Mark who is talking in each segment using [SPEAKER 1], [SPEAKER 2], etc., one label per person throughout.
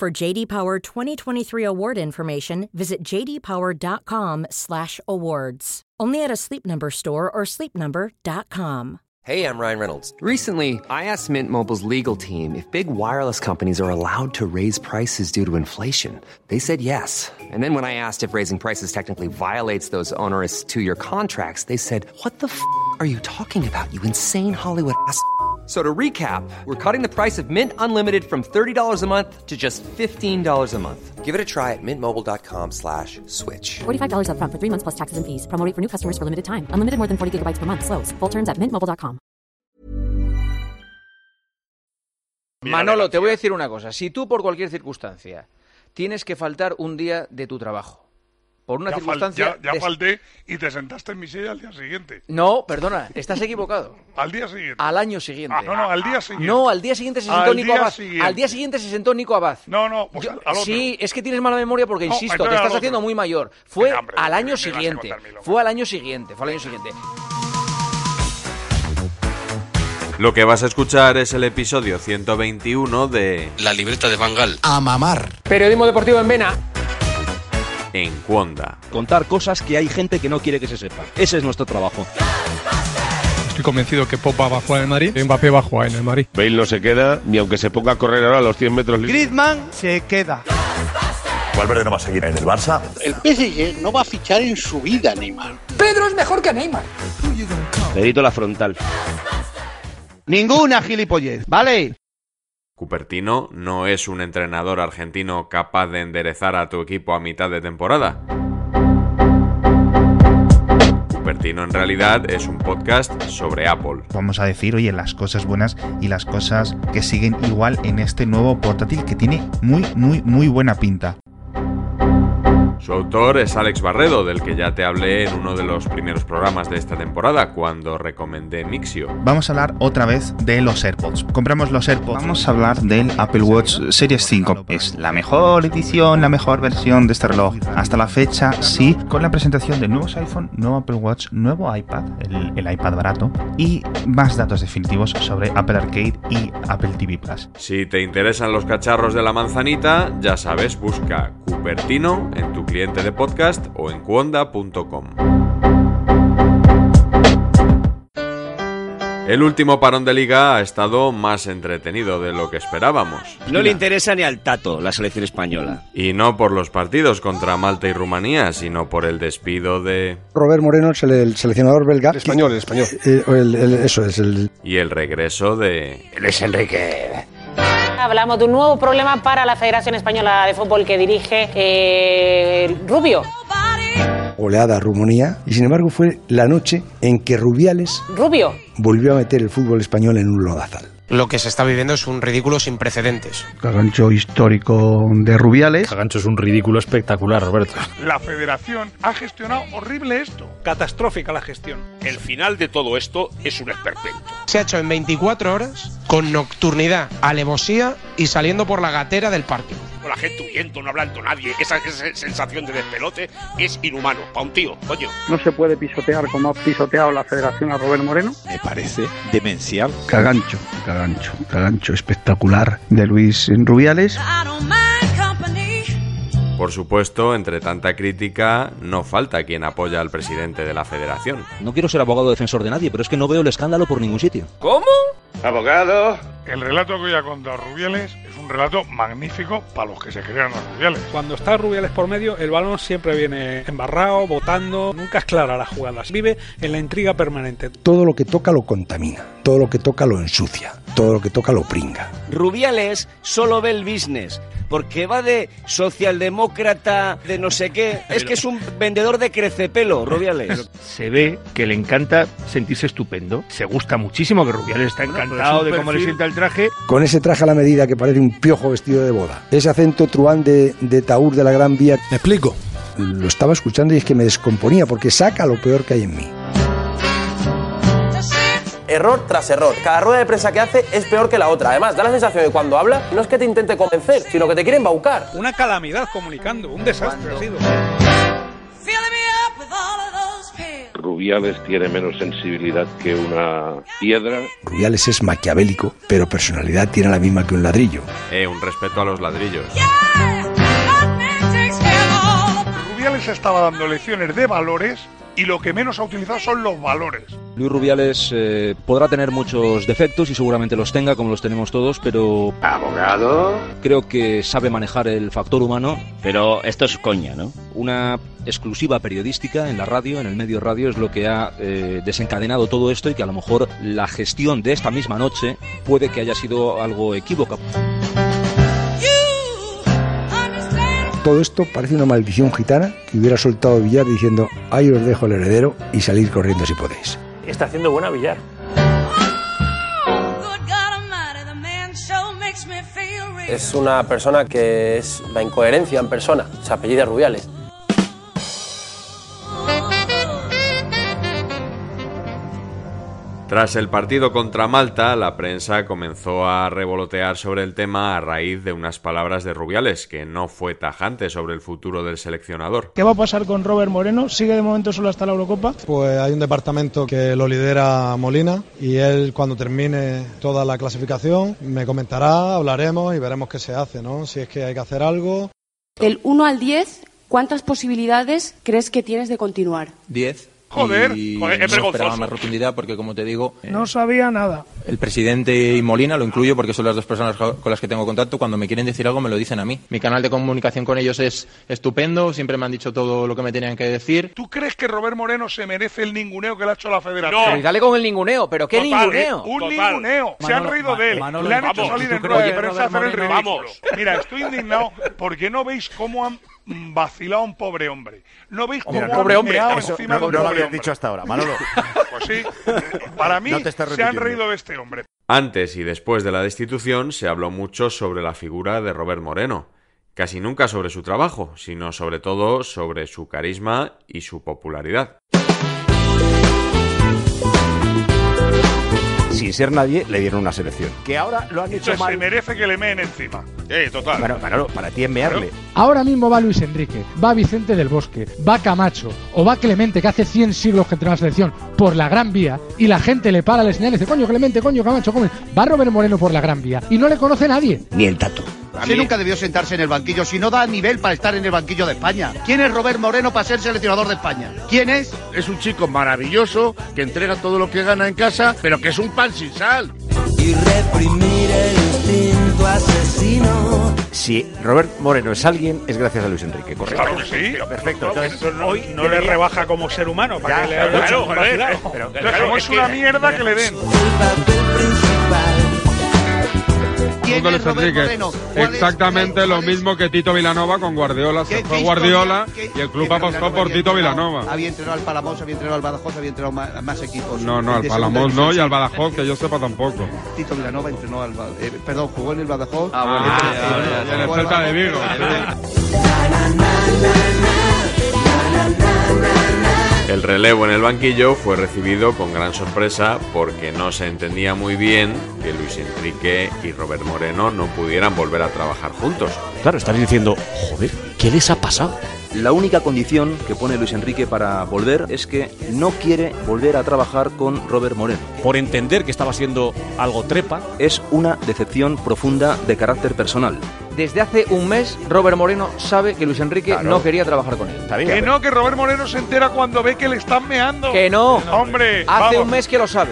[SPEAKER 1] For JD Power 2023 award information, visit jdpower.com/awards. Only at a Sleep Number store or sleepnumber.com.
[SPEAKER 2] Hey, I'm Ryan Reynolds. Recently, I asked Mint Mobile's legal team if big wireless companies are allowed to raise prices due to inflation. They said yes. And then when I asked if raising prices technically violates those onerous two-year contracts, they said, "What the f- are you talking about? You insane Hollywood ass." So to recap, we're cutting the price of Mint Unlimited from $30 a month to just $15 a month. Give it a try at mintmobile.com slash switch.
[SPEAKER 3] $45 up front for three months plus taxes and fees. Promoting for new customers for limited time. Unlimited more than 40 gigabytes per month. Slows. Full terms at mintmobile.com.
[SPEAKER 4] Mira,
[SPEAKER 5] Manolo,
[SPEAKER 4] Valencia.
[SPEAKER 5] te voy a decir una cosa. Si tú, por cualquier circunstancia, tienes que faltar un día de tu trabajo, por una
[SPEAKER 4] Ya, fal-
[SPEAKER 5] circunstancia...
[SPEAKER 4] ya- ya
[SPEAKER 5] des-
[SPEAKER 4] falté y te sentaste en mi silla al día siguiente.
[SPEAKER 5] No, perdona, estás equivocado.
[SPEAKER 4] Al día siguiente.
[SPEAKER 5] Al año siguiente.
[SPEAKER 4] Ah, no, no, al día siguiente.
[SPEAKER 5] No, al día siguiente se
[SPEAKER 4] Al
[SPEAKER 5] sentó Nico
[SPEAKER 4] día
[SPEAKER 5] Abad.
[SPEAKER 4] siguiente.
[SPEAKER 5] Al día siguiente se sentó Nico Abad.
[SPEAKER 4] No, no, pues
[SPEAKER 5] Yo-
[SPEAKER 4] al- al otro.
[SPEAKER 5] Sí, es que tienes mala memoria porque,
[SPEAKER 4] No,
[SPEAKER 5] insisto,
[SPEAKER 4] entonces
[SPEAKER 5] te
[SPEAKER 4] al
[SPEAKER 5] estás
[SPEAKER 4] otro.
[SPEAKER 5] haciendo muy mayor. Fue
[SPEAKER 4] Venga, hombre,
[SPEAKER 5] al año
[SPEAKER 4] me ibas a contar
[SPEAKER 5] siguiente.
[SPEAKER 4] mil locuras.
[SPEAKER 5] Fue al año siguiente, fue al año siguiente.
[SPEAKER 6] Lo que vas a escuchar es el episodio 121 de
[SPEAKER 7] La libreta de Bangal.
[SPEAKER 8] A mamar.
[SPEAKER 5] Periodismo deportivo en Vena.
[SPEAKER 6] En Cuonda.
[SPEAKER 9] contar cosas que hay gente que no quiere que se sepa. Ese es nuestro trabajo.
[SPEAKER 10] Estoy convencido que Popa va a jugar en el Madrid. Mbappé va a jugar en el Madrid.
[SPEAKER 11] Bale no se queda, ni aunque se ponga a correr ahora a los 100 metros libres.
[SPEAKER 9] Griezmann se queda.
[SPEAKER 10] Valverde no va a seguir en el Barça.
[SPEAKER 8] El PSG no va a fichar en su vida, Neymar.
[SPEAKER 5] Pedro es mejor que Neymar.
[SPEAKER 9] Dedito a la frontal. Ninguna gilipollez, ¿vale?
[SPEAKER 6] Cupertino no es un entrenador argentino capaz de enderezar a tu equipo a mitad de temporada. Cupertino en realidad es un podcast sobre Apple.
[SPEAKER 11] Vamos a decir, oye, las cosas buenas y las cosas que siguen igual en este nuevo portátil que tiene muy, muy, muy buena pinta.
[SPEAKER 6] Su autor es Alex Barredo, del que ya te hablé en uno de los primeros programas de esta temporada cuando recomendé Mixio.
[SPEAKER 11] Vamos a hablar otra vez de los AirPods. Compramos los AirPods. Vamos a hablar del Apple Watch Series 5. Es la mejor edición, la mejor versión de este reloj. Hasta la fecha, sí. Con la presentación de nuevos iPhone, nuevo Apple Watch, nuevo iPad, el, el iPad barato. Y más datos definitivos sobre Apple Arcade y Apple TV Plus.
[SPEAKER 6] Si te interesan los cacharros de la manzanita, ya sabes, busca Cupertino en tu cliente de podcast o en cuonda.com. El último parón de liga ha estado más entretenido de lo que esperábamos.
[SPEAKER 9] No le interesa ni al tato la selección española.
[SPEAKER 6] Y no por los partidos contra Malta y Rumanía, sino por el despido de...
[SPEAKER 10] Robert Moreno es el, el seleccionador belga. español, el español. eso es, el...
[SPEAKER 6] y el regreso de...
[SPEAKER 9] Luis Enrique.
[SPEAKER 3] Hablamos de un nuevo problema para la Federación Española de Fútbol que dirige eh, Rubio.
[SPEAKER 10] oleada a Rumanía. Y sin embargo fue la noche en que Rubiales
[SPEAKER 3] Rubio.
[SPEAKER 10] volvió a meter el fútbol español en un lodazal.
[SPEAKER 9] Lo que se está viviendo es un ridículo sin precedentes.
[SPEAKER 8] Cagancho histórico de Rubiales.
[SPEAKER 11] Cagancho es un ridículo espectacular, Roberto.
[SPEAKER 4] La federación ha gestionado horrible esto.
[SPEAKER 10] Catastrófica la gestión.
[SPEAKER 7] El final de todo esto es un esperpento.
[SPEAKER 9] Se ha hecho en 24 horas con nocturnidad, alevosía y saliendo por la gatera del parque.
[SPEAKER 7] Con la gente huyendo, no hablando nadie. Esa, esa sensación de despelote es inhumano. Pa' un tío, coño.
[SPEAKER 8] No se puede pisotear como ha pisoteado la federación a Robert Moreno.
[SPEAKER 9] Me parece demencial.
[SPEAKER 11] Cagancho, Cagancho, Cagancho espectacular de Luis Rubiales.
[SPEAKER 6] Por supuesto, entre tanta crítica, no falta quien apoya al presidente de la federación.
[SPEAKER 9] No quiero ser abogado defensor de nadie, pero es que no veo el escándalo por ningún sitio.
[SPEAKER 5] ¿Cómo?
[SPEAKER 11] Abogado.
[SPEAKER 4] El relato que hoy ha contado Rubiales es un relato magnífico para los que se crean a Rubiales.
[SPEAKER 10] Cuando está Rubiales por medio, el balón siempre viene embarrado, botando, nunca es clara las jugadas. Vive en la intriga permanente. Todo lo que toca lo contamina, todo lo que toca lo ensucia. todo lo que toca lo pringa.
[SPEAKER 12] Rubiales solo ve el business, porque va de socialdemócrata, de no sé qué. Es que es un vendedor de crecepelo, Rubiales.
[SPEAKER 13] Se ve que le encanta sentirse estupendo. Se gusta muchísimo que Rubiales está encantado
[SPEAKER 10] es un
[SPEAKER 13] de cómo le
[SPEAKER 10] perfil-
[SPEAKER 13] sienta el traje.
[SPEAKER 10] Con ese traje a la medida que parece un piojo vestido de boda. Ese acento truán de, de taur de la Gran Vía. Me explico. Lo estaba escuchando y es que me descomponía porque saca lo peor que hay en mí.
[SPEAKER 14] Error tras error. Cada rueda de prensa que hace es peor que la otra. Además, da la sensación de que cuando habla no es que te intente convencer, sino que te quiere embaucar.
[SPEAKER 15] Una calamidad comunicando, un desastre ha sido.
[SPEAKER 16] Rubiales tiene menos sensibilidad que una piedra.
[SPEAKER 10] Rubiales es maquiavélico, pero personalidad tiene la misma que un ladrillo.
[SPEAKER 6] Eh, un respeto a los ladrillos.
[SPEAKER 4] Rubiales estaba dando lecciones de valores y lo que menos ha utilizado son los valores.
[SPEAKER 9] Luis Rubiales eh, podrá tener muchos defectos y seguramente los tenga, como los tenemos todos, pero. ¿Abogado? Creo que sabe manejar el factor humano. Pero esto es coña, ¿no? Una exclusiva periodística en la radio, en el medio radio, es lo que ha eh, desencadenado todo esto y que a lo mejor la gestión de esta misma noche puede que haya sido algo equívoca.
[SPEAKER 10] Todo esto parece una maldición gitana que hubiera soltado Villar diciendo, ahí os dejo el heredero y salid corriendo si podéis.
[SPEAKER 17] Está haciendo buena Villar.
[SPEAKER 14] Es una persona que es la incoherencia en persona. Se apellida Rubiales.
[SPEAKER 6] Tras el partido contra Malta, la prensa comenzó a revolotear sobre el tema a raíz de unas palabras de Rubiales, que no fue tajante sobre el futuro del seleccionador.
[SPEAKER 18] ¿Qué va a pasar con Robert Moreno? ¿Sigue de momento solo hasta la Eurocopa?
[SPEAKER 19] Pues hay un departamento que lo lidera Molina y él cuando termine toda la clasificación me comentará, hablaremos y veremos qué se hace, ¿no? Si es que hay que hacer algo.
[SPEAKER 3] Del 1 al 10, ¿cuántas posibilidades crees que tienes de continuar?
[SPEAKER 20] 10.
[SPEAKER 4] Joder,
[SPEAKER 20] y
[SPEAKER 4] joder, es
[SPEAKER 20] no esperaba
[SPEAKER 4] vergonzoso.
[SPEAKER 20] más rotundidad porque, como te digo, eh,
[SPEAKER 18] No sabía nada.
[SPEAKER 20] el presidente y Molina lo incluyo porque son las dos personas co- con las que tengo contacto. Cuando me quieren decir algo, me lo dicen a mí. Mi canal de comunicación con ellos es estupendo. Siempre me han dicho todo lo que me tenían que decir.
[SPEAKER 4] ¿Tú crees que Robert Moreno se merece el ninguneo que le ha hecho la federación?
[SPEAKER 5] Pero y dale con el ninguneo, pero ¿qué
[SPEAKER 4] Total,
[SPEAKER 5] ninguneo?
[SPEAKER 4] eh, Un ninguneo. Se han reído de él. Le han hecho salir en rueda de prensa a hacer el ridículo. Mira, estoy indignado porque no veis cómo han mm, vacilado a un pobre hombre. No veis cómo
[SPEAKER 21] Mira,
[SPEAKER 4] han
[SPEAKER 21] pobre hombre,
[SPEAKER 4] meado
[SPEAKER 21] eso
[SPEAKER 4] encima
[SPEAKER 21] no,
[SPEAKER 4] de un
[SPEAKER 21] no lo
[SPEAKER 4] pobre
[SPEAKER 21] habías
[SPEAKER 4] hombre.
[SPEAKER 21] dicho hasta ahora, Manolo.
[SPEAKER 4] Pues sí. Para mí
[SPEAKER 21] No te estás
[SPEAKER 4] se han
[SPEAKER 21] repitiendo.
[SPEAKER 4] reído de este hombre.
[SPEAKER 6] Antes y después de la destitución se habló mucho sobre la figura de Robert Moreno, casi nunca sobre su trabajo, sino sobre todo sobre su carisma y su popularidad.
[SPEAKER 22] Sin ser nadie, le dieron una selección.
[SPEAKER 4] Que ahora lo han hecho Se merece que le meen encima. Eh, total.
[SPEAKER 22] Bueno, Manolo, para ti es mearle.
[SPEAKER 23] Ahora mismo va Luis Enrique, va Vicente del Bosque, va Camacho o va Clemente, que hace 100 siglos que entra a la selección, por la Gran Vía y la gente le para la señal y dice, coño Clemente, coño Camacho, coño. Va Robert Moreno por la Gran Vía y no le conoce nadie.
[SPEAKER 22] Ni el tato.
[SPEAKER 8] Sí, nunca debió sentarse en el banquillo, si no da nivel para estar en el banquillo de España. ¿Quién es Robert Moreno para ser seleccionador de España? ¿Quién es?
[SPEAKER 24] Es un chico maravilloso que entrega todo lo que gana en casa, pero que es un pan sin sal. Y reprimir el instinto asesino.
[SPEAKER 22] Si Robert Moreno es alguien, es gracias a Luis Enrique, correcto.
[SPEAKER 4] Claro que sí.
[SPEAKER 22] Perfecto.
[SPEAKER 15] Hoy no le rebaja como ser humano para que le haga
[SPEAKER 4] claro,
[SPEAKER 15] un
[SPEAKER 4] joder,
[SPEAKER 15] vacilado.
[SPEAKER 4] eh, pero- Entonces, como es una mierda que le den.
[SPEAKER 8] ¿Quién
[SPEAKER 25] Luis Enrique,
[SPEAKER 8] Moreno? ¿Cuál es-
[SPEAKER 25] exactamente lo mismo que Tito Vilanova con Guardiola. Se fue Guardiola y el club apostó por Tito Vilanova.
[SPEAKER 8] Había entrenado al Palamós, había entrenado al Badajoz, había entrenado ma- a más equipos.
[SPEAKER 25] No, no, al
[SPEAKER 8] De segunda
[SPEAKER 25] Palamón
[SPEAKER 8] división.
[SPEAKER 25] no y al Badajoz, que yo sepa tampoco.
[SPEAKER 8] Tito Vilanova entrenó al Ba- eh, perdón, jugó en el Badajoz.
[SPEAKER 10] Ah,
[SPEAKER 25] Y en el Celta de Vigo.
[SPEAKER 6] El relevo en el banquillo fue recibido con gran sorpresa porque no se entendía muy bien que Luis Enrique y Robert Moreno no pudieran volver a trabajar juntos.
[SPEAKER 22] Claro, estás diciendo, joder, ¿qué les ha pasado?
[SPEAKER 9] La única condición que pone Luis Enrique para volver es que no quiere volver a trabajar con Robert Moreno. Por entender que estaba siendo algo trepa. Es una decepción profunda de carácter personal.
[SPEAKER 5] Desde hace un mes, Robert Moreno sabe que Luis Enrique no quería trabajar con él.
[SPEAKER 4] Que no, que Robert Moreno se entera cuando ve que le están meando.
[SPEAKER 5] Que no.
[SPEAKER 4] Hombre, vamos.
[SPEAKER 5] Hace un mes que lo sabe.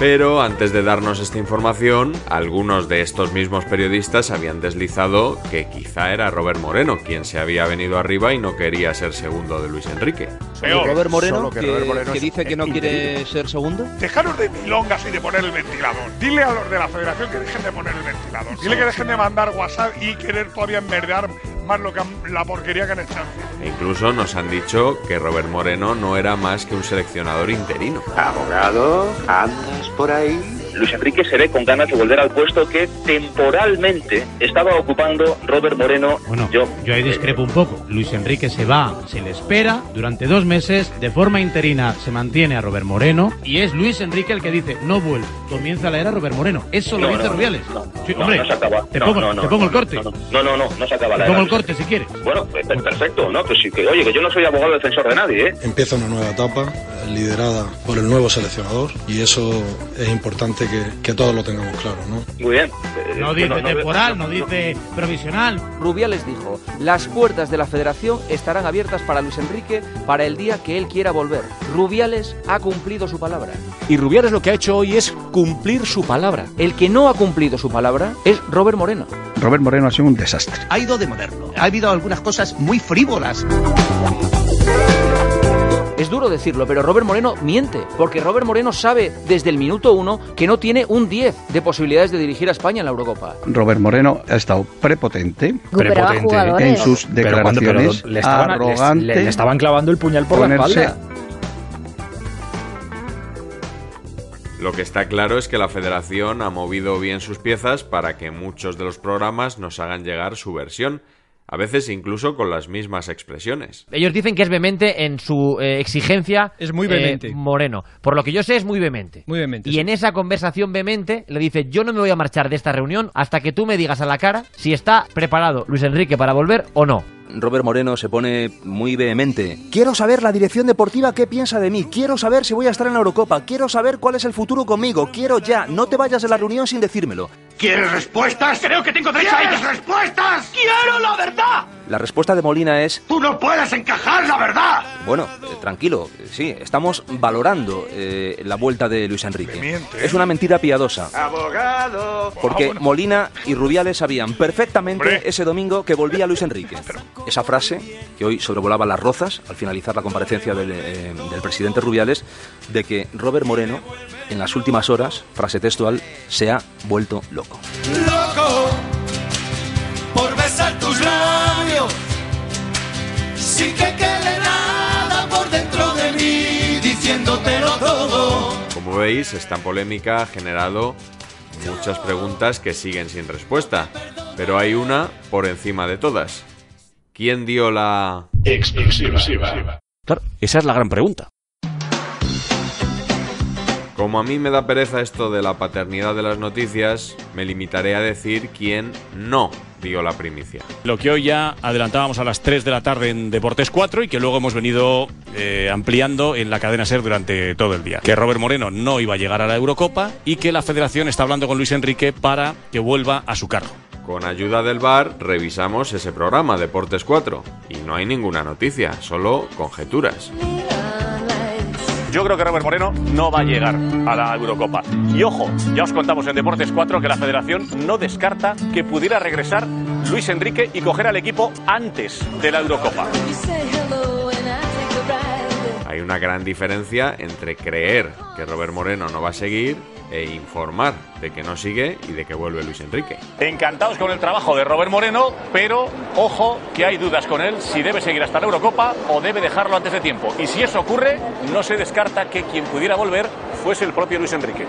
[SPEAKER 6] Pero antes de darnos esta información, algunos de estos mismos periodistas habían deslizado que quizá era Robert Moreno quien se había venido arriba y no quería ser segundo de Luis Enrique.
[SPEAKER 26] Solo Robert Moreno,
[SPEAKER 6] Solo
[SPEAKER 26] que,
[SPEAKER 6] que Robert Moreno
[SPEAKER 26] que
[SPEAKER 6] es-
[SPEAKER 26] dice que no
[SPEAKER 6] es
[SPEAKER 26] quiere
[SPEAKER 6] increíble.
[SPEAKER 26] ser segundo.
[SPEAKER 4] Dejaros de milongas y de poner el ventilador. Dile a los de la federación que dejen de poner el ventilador. Dile que dejen de mandar WhatsApp y querer todavía enverdear más lo que han- la porquería que han hecho.
[SPEAKER 6] E incluso nos han dicho que Robert Moreno no era más que un seleccionador interino.
[SPEAKER 27] Abogado, andas por ahí. Luis Enrique se ve con ganas de volver al puesto que temporalmente estaba ocupando Robert Moreno.
[SPEAKER 8] Bueno,
[SPEAKER 27] yo.
[SPEAKER 8] Yo ahí discrepo un poco. Luis Enrique se va, se le espera durante dos meses, de forma interina se mantiene a Robert Moreno y es Luis Enrique el que dice, no vuelvo, comienza la era Robert Moreno. Eso lo
[SPEAKER 27] No,
[SPEAKER 8] dice
[SPEAKER 27] no, no,
[SPEAKER 8] Rubiales.
[SPEAKER 27] no,
[SPEAKER 8] Sí,
[SPEAKER 27] no,
[SPEAKER 8] hombre,
[SPEAKER 27] no se acaba.
[SPEAKER 8] te
[SPEAKER 27] No,
[SPEAKER 8] pongo,
[SPEAKER 27] no, no,
[SPEAKER 8] te pongo el
[SPEAKER 27] no,
[SPEAKER 8] corte.
[SPEAKER 27] No, no, no, no se acaba la
[SPEAKER 8] Te
[SPEAKER 27] edad.
[SPEAKER 8] pongo el corte si quieres.
[SPEAKER 27] Bueno, pues, perfecto, ¿no? Pues sí, que, oye, que yo no soy abogado defensor de nadie, ¿eh?
[SPEAKER 19] Empieza una nueva etapa eh, liderada por el nuevo seleccionador y eso es importante que, que todos lo tengamos claro, ¿no?
[SPEAKER 27] Muy bien.
[SPEAKER 8] No dice temporal, no dice provisional.
[SPEAKER 5] Rubiales dijo, las puertas de la federación estarán abiertas para Luis Enrique para el día que él quiera volver. Rubiales ha cumplido su palabra.
[SPEAKER 9] Y Rubiales lo que ha hecho hoy es cumplir su palabra.
[SPEAKER 5] El que no ha cumplido su palabra es Robert Moreno.
[SPEAKER 28] Robert Moreno ha sido un desastre.
[SPEAKER 29] Ha ido de moderno. Ha habido algunas cosas muy frívolas.
[SPEAKER 5] Es duro decirlo, pero Robert Moreno miente, porque Robert Moreno sabe desde el minuto uno que no tiene un 10 de posibilidades de dirigir a España en la Eurocopa.
[SPEAKER 11] Robert Moreno ha estado prepotente,
[SPEAKER 5] Recuperaba jugadores.
[SPEAKER 11] en sus
[SPEAKER 5] Pero cuando- pero
[SPEAKER 11] declaraciones,
[SPEAKER 5] le estaban- le-
[SPEAKER 11] arrogante,
[SPEAKER 5] le- le estaban
[SPEAKER 9] clavando el puñal
[SPEAKER 5] por la
[SPEAKER 11] ponerse-
[SPEAKER 5] espalda.
[SPEAKER 6] Lo que está claro es que la federación ha movido bien sus piezas para que muchos de los programas nos hagan llegar su versión, a veces incluso con las mismas expresiones.
[SPEAKER 30] Ellos dicen que es vehemente en su eh, exigencia. Es
[SPEAKER 31] muy vehemente.
[SPEAKER 11] Eh,
[SPEAKER 30] Moreno. Por lo que yo sé, es muy vehemente.
[SPEAKER 31] Muy vehemente.
[SPEAKER 30] Y en esa conversación vehemente le dice: Yo no me voy a marchar de esta reunión hasta que tú me digas a la cara si está preparado Luis Enrique para volver o no.
[SPEAKER 9] Robert Moreno se pone muy vehemente.
[SPEAKER 30] Quiero saber la dirección deportiva qué piensa de mí. Quiero saber si voy a estar en la Eurocopa. Quiero saber cuál es el futuro conmigo. Quiero ya. No te vayas de la reunión sin decírmelo.
[SPEAKER 9] ¿Quieres respuestas? Creo que tengo derecho a ellas. respuestas! ¡Quiero la verdad! La respuesta de Molina es... ¡Tú no puedes encajar la verdad! Bueno, eh, tranquilo, eh, sí, estamos valorando eh, la vuelta de Luis Enrique. Es una mentira piadosa.
[SPEAKER 32] Abogado.
[SPEAKER 9] Porque Molina y Rubiales sabían perfectamente ese domingo que volvía Luis Enrique. Esa frase, que hoy sobrevolaba las rozas al finalizar la comparecencia del, eh, del presidente Rubiales, de que Robert Moreno, en las últimas horas, frase textual, se ha vuelto loco.
[SPEAKER 32] Loco por besar tus labios. Sí que quede nada por dentro de mí diciéndotelo todo.
[SPEAKER 6] Como veis, esta polémica ha generado muchas preguntas que siguen sin respuesta, pero hay una por encima de todas. ¿Quién dio la exclusiva?
[SPEAKER 9] Claro, esa es la gran pregunta.
[SPEAKER 6] Como a mí me da pereza esto de la paternidad de las noticias, me limitaré a decir quién no dio la primicia.
[SPEAKER 27] Lo que hoy ya adelantábamos a las 3 de la tarde en Deportes 4 y que luego hemos venido eh, ampliando en la cadena SER durante todo el día. Que Robert Moreno no iba a llegar a la Eurocopa y que la federación está hablando con Luis Enrique para que vuelva a su cargo.
[SPEAKER 6] Con ayuda del VAR revisamos ese programa Deportes 4 y no hay ninguna noticia, solo conjeturas.
[SPEAKER 27] Yo creo que Robert Moreno no va a llegar a la Eurocopa. Y ojo, ya os contamos en Deportes 4 que la federación no descarta que pudiera regresar Luis Enrique y coger al equipo antes de la Eurocopa.
[SPEAKER 6] Hay una gran diferencia entre creer que Robert Moreno no va a seguir e informar de que no sigue y de que vuelve Luis Enrique.
[SPEAKER 27] Encantados con el trabajo de Robert Moreno, pero ojo que hay dudas con él si debe seguir hasta la Eurocopa o debe dejarlo antes de tiempo. Y si eso ocurre, no se descarta que quien pudiera volver fuese el propio Luis Enrique.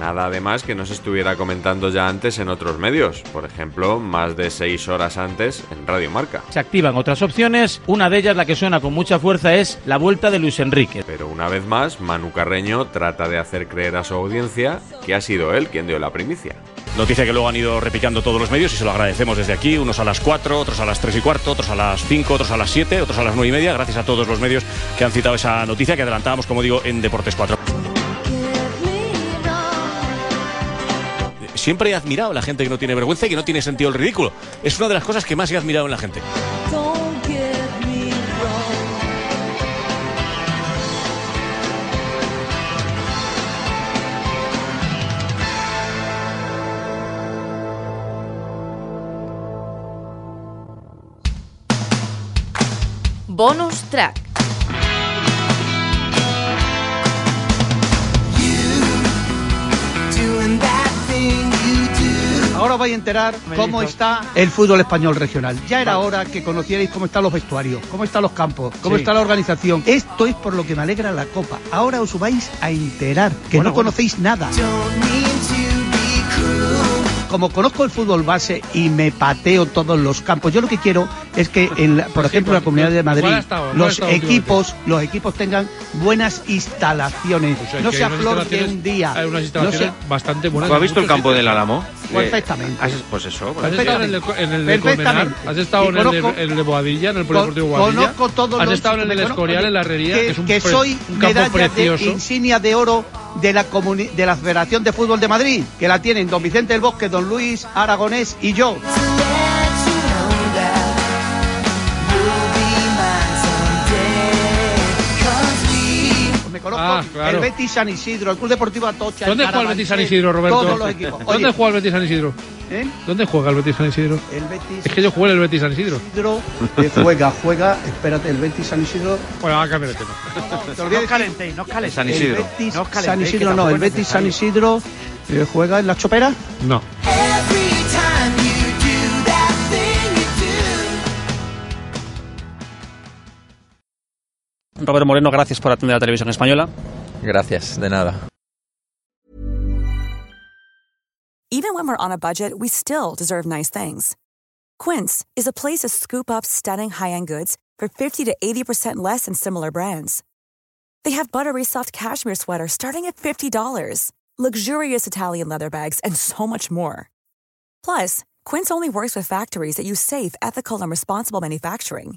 [SPEAKER 6] Nada además que no se estuviera comentando ya antes en otros medios, por ejemplo, más de seis horas antes en Radio Marca.
[SPEAKER 9] Se activan otras opciones, una de ellas la que suena con mucha fuerza es la vuelta de Luis Enrique.
[SPEAKER 6] Pero una vez más, Manu Carreño trata de hacer creer a su audiencia que ha sido él quien dio la primicia.
[SPEAKER 27] Noticia que luego han ido repicando todos los medios y se lo agradecemos desde aquí, unos a las 4, otros a las 3 y cuarto, otros a las 5, otros a las 7, otros a las 9 y media, gracias a todos los medios que han citado esa noticia que adelantábamos, como digo, en Deportes 4. Siempre he admirado a la gente que no tiene vergüenza y que no tiene sentido el ridículo. Es una de las cosas que más he admirado en la gente.
[SPEAKER 32] Don't get me wrong.
[SPEAKER 25] Bonus track.
[SPEAKER 8] Ahora os vais a enterar cómo está el fútbol español regional. Ya era hora que conocierais cómo están los vestuarios, cómo están los campos, cómo Sí. está la organización. Esto es por lo que me alegra la Copa. Ahora os vais a enterar, que Bueno, no bueno. conocéis nada. Como conozco el fútbol base y me pateo todos los campos, yo lo que quiero es que, en la- por
[SPEAKER 2] Sí,
[SPEAKER 8] ejemplo, la
[SPEAKER 2] pues,
[SPEAKER 8] Comunidad de
[SPEAKER 2] igual
[SPEAKER 8] Madrid,
[SPEAKER 2] ha estado, igual ha
[SPEAKER 8] los
[SPEAKER 2] estado
[SPEAKER 8] equipos, los equipos tengan buenas instalaciones,
[SPEAKER 2] hay
[SPEAKER 8] no
[SPEAKER 2] Pues que
[SPEAKER 8] sea
[SPEAKER 2] unas
[SPEAKER 8] flor de
[SPEAKER 2] instalaciones-
[SPEAKER 8] un día.
[SPEAKER 2] hay unas
[SPEAKER 8] no
[SPEAKER 2] instalaciones
[SPEAKER 8] sea-
[SPEAKER 2] bastante
[SPEAKER 22] ¿Tú
[SPEAKER 2] buenas.
[SPEAKER 22] has visto el campo del Álamo?
[SPEAKER 8] Perfectamente.
[SPEAKER 22] Eh, pues eso.
[SPEAKER 2] ¿Has estado en el, de- en el de
[SPEAKER 8] Perfectamente.
[SPEAKER 2] Colmenar? ¿Has estado en el, de,
[SPEAKER 8] Conozco-
[SPEAKER 2] en el de Boadilla, en el Polideportivo
[SPEAKER 8] Con-
[SPEAKER 2] Boadilla?
[SPEAKER 8] Conozco todos
[SPEAKER 2] ¿Has
[SPEAKER 8] los-
[SPEAKER 2] estado en el
[SPEAKER 8] me
[SPEAKER 2] del
[SPEAKER 8] conozco-
[SPEAKER 2] Escorial, en la Herrería?
[SPEAKER 8] Que,
[SPEAKER 2] Que, es un
[SPEAKER 8] que
[SPEAKER 2] pre-
[SPEAKER 8] soy
[SPEAKER 2] un campo
[SPEAKER 8] medalla
[SPEAKER 2] precioso.
[SPEAKER 8] de insignia de oro de la, comuni- de la Federación de Fútbol de Madrid, que la tienen don Vicente del Bosque, don Luis Aragonés y yo.
[SPEAKER 2] Ah,
[SPEAKER 8] Me conozco
[SPEAKER 2] Ah, claro.
[SPEAKER 8] el Betis San Isidro, el Club Deportivo Atocha. el
[SPEAKER 2] ¿Dónde juega el
[SPEAKER 8] Carabanchel,
[SPEAKER 2] Betis San Isidro, Roberto?
[SPEAKER 8] Todos los equipos. Oye,
[SPEAKER 2] ¿Dónde juega el Betis San Isidro?
[SPEAKER 8] ¿eh?
[SPEAKER 2] ¿Dónde juega el Betis San Isidro?
[SPEAKER 8] El Betis
[SPEAKER 2] Es que yo jugué en el Betis San Isidro.
[SPEAKER 8] Isidro eh, juega, juega, espérate, el Betis San Isidro.
[SPEAKER 2] Bueno, va a cambiar el tema.
[SPEAKER 8] Te olvides-
[SPEAKER 10] calentéis, no os calentéis.
[SPEAKER 2] San Isidro.
[SPEAKER 8] El Betis
[SPEAKER 10] No os calentéis,
[SPEAKER 8] San
[SPEAKER 11] ¿eh?
[SPEAKER 10] que
[SPEAKER 8] Isidro no,
[SPEAKER 10] tampoco
[SPEAKER 8] el
[SPEAKER 10] es
[SPEAKER 8] Betis San Isidro eh, juega en la chopera.
[SPEAKER 2] No.
[SPEAKER 12] Robert Moreno, gracias por atender a Televisión Española.
[SPEAKER 20] Gracias, de nada.
[SPEAKER 13] Even when we're on a budget, we still deserve nice things. Quince is a place to scoop up stunning high-end goods for 50 to 80% less than similar brands. They have buttery soft cashmere sweaters starting at $50, luxurious Italian leather bags, and so much more. Plus, Quince only works with factories that use safe, ethical, and responsible manufacturing.